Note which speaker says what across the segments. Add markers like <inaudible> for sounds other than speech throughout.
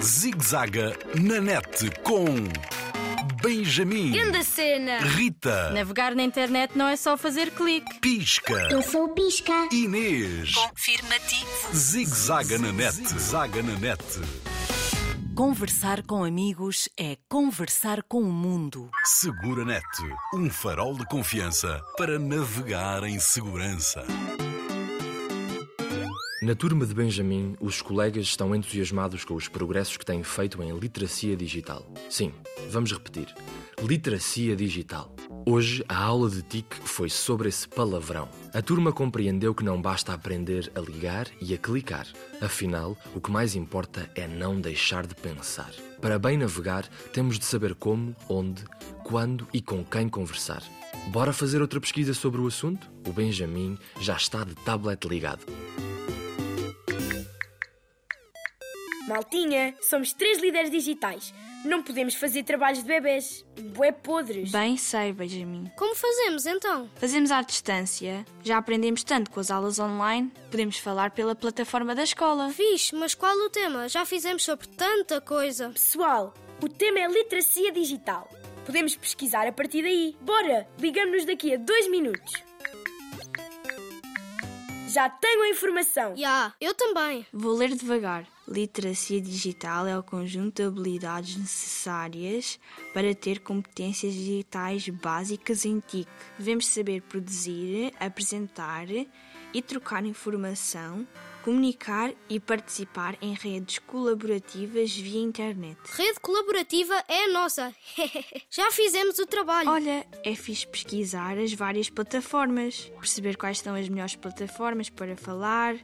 Speaker 1: Zigzaga na net com Benjamin,
Speaker 2: Grande cena!
Speaker 1: Rita,
Speaker 3: Navegar na internet não é só fazer clique.
Speaker 1: Pisca,
Speaker 4: Eu sou o Pisca.
Speaker 1: Inês.
Speaker 5: Confirmativo.
Speaker 1: Zigzaga na net, zaga na net.
Speaker 5: Conversar com amigos é conversar com o mundo.
Speaker 1: Segura net, um farol de confiança para navegar em segurança.
Speaker 6: Na turma de Benjamin, os colegas estão entusiasmados com os progressos que têm feito em literacia digital. Sim, vamos repetir. Literacia digital. Hoje, a aula de TIC foi sobre esse palavrão. A turma compreendeu que não basta aprender a ligar e a clicar. Afinal, o que mais importa é não deixar de pensar. Para bem navegar, temos de saber como, onde, quando e com quem conversar. Bora fazer outra pesquisa sobre o assunto? O Benjamin já está de tablet ligado.
Speaker 7: Maltinha, somos três líderes digitais. Não podemos fazer trabalhos de bebês. Bué podres.
Speaker 8: Bem sei, Benjamin.
Speaker 2: Como fazemos então?
Speaker 8: Fazemos à distância, já aprendemos tanto com as aulas online, podemos falar pela plataforma da escola.
Speaker 2: Fixe, mas qual o tema? Já fizemos sobre tanta coisa.
Speaker 7: Pessoal, o tema é literacia digital. Podemos pesquisar a partir daí. Bora, ligamos-nos daqui a dois minutos. Já tenho a informação.
Speaker 2: Já, eu também.
Speaker 8: Vou ler devagar. Literacia digital é o conjunto de habilidades necessárias para ter competências digitais básicas em TIC. Devemos saber produzir, apresentar e trocar informação, comunicar e participar em redes colaborativas via internet.
Speaker 2: Rede colaborativa é a nossa. <laughs> Já fizemos o trabalho.
Speaker 8: Olha, é fixe pesquisar as várias plataformas, perceber quais são as melhores plataformas para falar,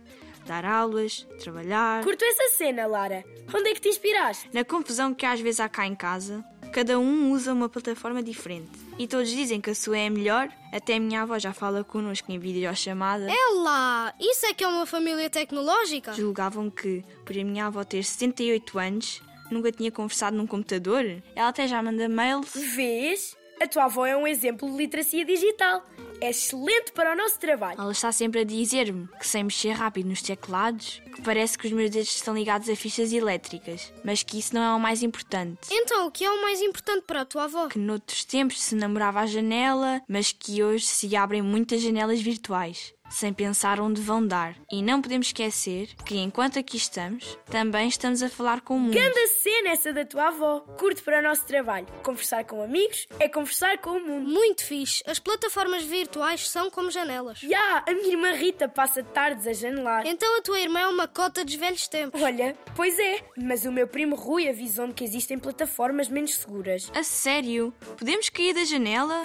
Speaker 8: dar aulas, trabalhar.
Speaker 7: Curto essa cena, Lara. Onde é que te inspiraste?
Speaker 8: Na confusão que às vezes há cá em casa, cada um usa uma plataforma diferente. E todos dizem que a sua é a melhor, até a minha avó já fala connosco em videochamada.
Speaker 2: É lá! Isso é que é uma família tecnológica.
Speaker 8: Julgavam que, por a minha avó ter 78 anos, nunca tinha conversado num computador. Ela até já manda mails.
Speaker 7: Vês? A tua avó é um exemplo de literacia digital. É excelente para o nosso trabalho.
Speaker 8: Ela está sempre a dizer-me que sei mexer rápido nos teclados, que parece que os meus dedos estão ligados a fichas elétricas, mas que isso não é o mais importante.
Speaker 2: Então, o que é o mais importante para a tua avó?
Speaker 8: Que noutros tempos se namorava à janela, mas que hoje se abrem muitas janelas virtuais, sem pensar onde vão dar. E não podemos esquecer que enquanto aqui estamos, também estamos a falar com o mundo.
Speaker 7: Grande cena essa da tua avó. Curto para o nosso trabalho. Conversar com amigos é conversar com o mundo.
Speaker 2: Muito fixe. As plataformas virtuais são como janelas.
Speaker 7: Já, a minha irmã Rita passa tardes a janelar.
Speaker 2: Então a tua irmã é uma cota dos velhos tempos.
Speaker 7: Olha, pois é, mas o meu primo Rui avisou-me que existem plataformas menos seguras. <laughs>
Speaker 8: A sério? Podemos cair da janela?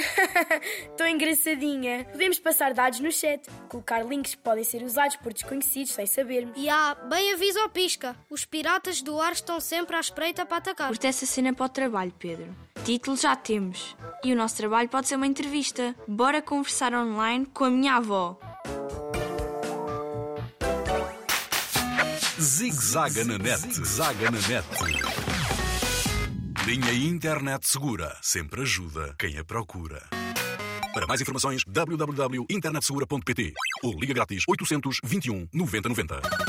Speaker 7: Estou engraçadinha. Podemos passar dados no chat, colocar links que podem ser usados por desconhecidos sem sabermos.
Speaker 2: E há, bem aviso ao pisca, os piratas do ar estão sempre à espreita para atacar.
Speaker 8: Curta essa cena para o trabalho, Pedro. Título já temos. E o nosso trabalho pode ser uma entrevista. Bora conversar online com a minha avó.
Speaker 1: Zigzaga na net, zaga na net. Linha Internet Segura sempre ajuda quem a procura. Para mais um informações, www.internetsegura.pt ou liga grátis 821 9090.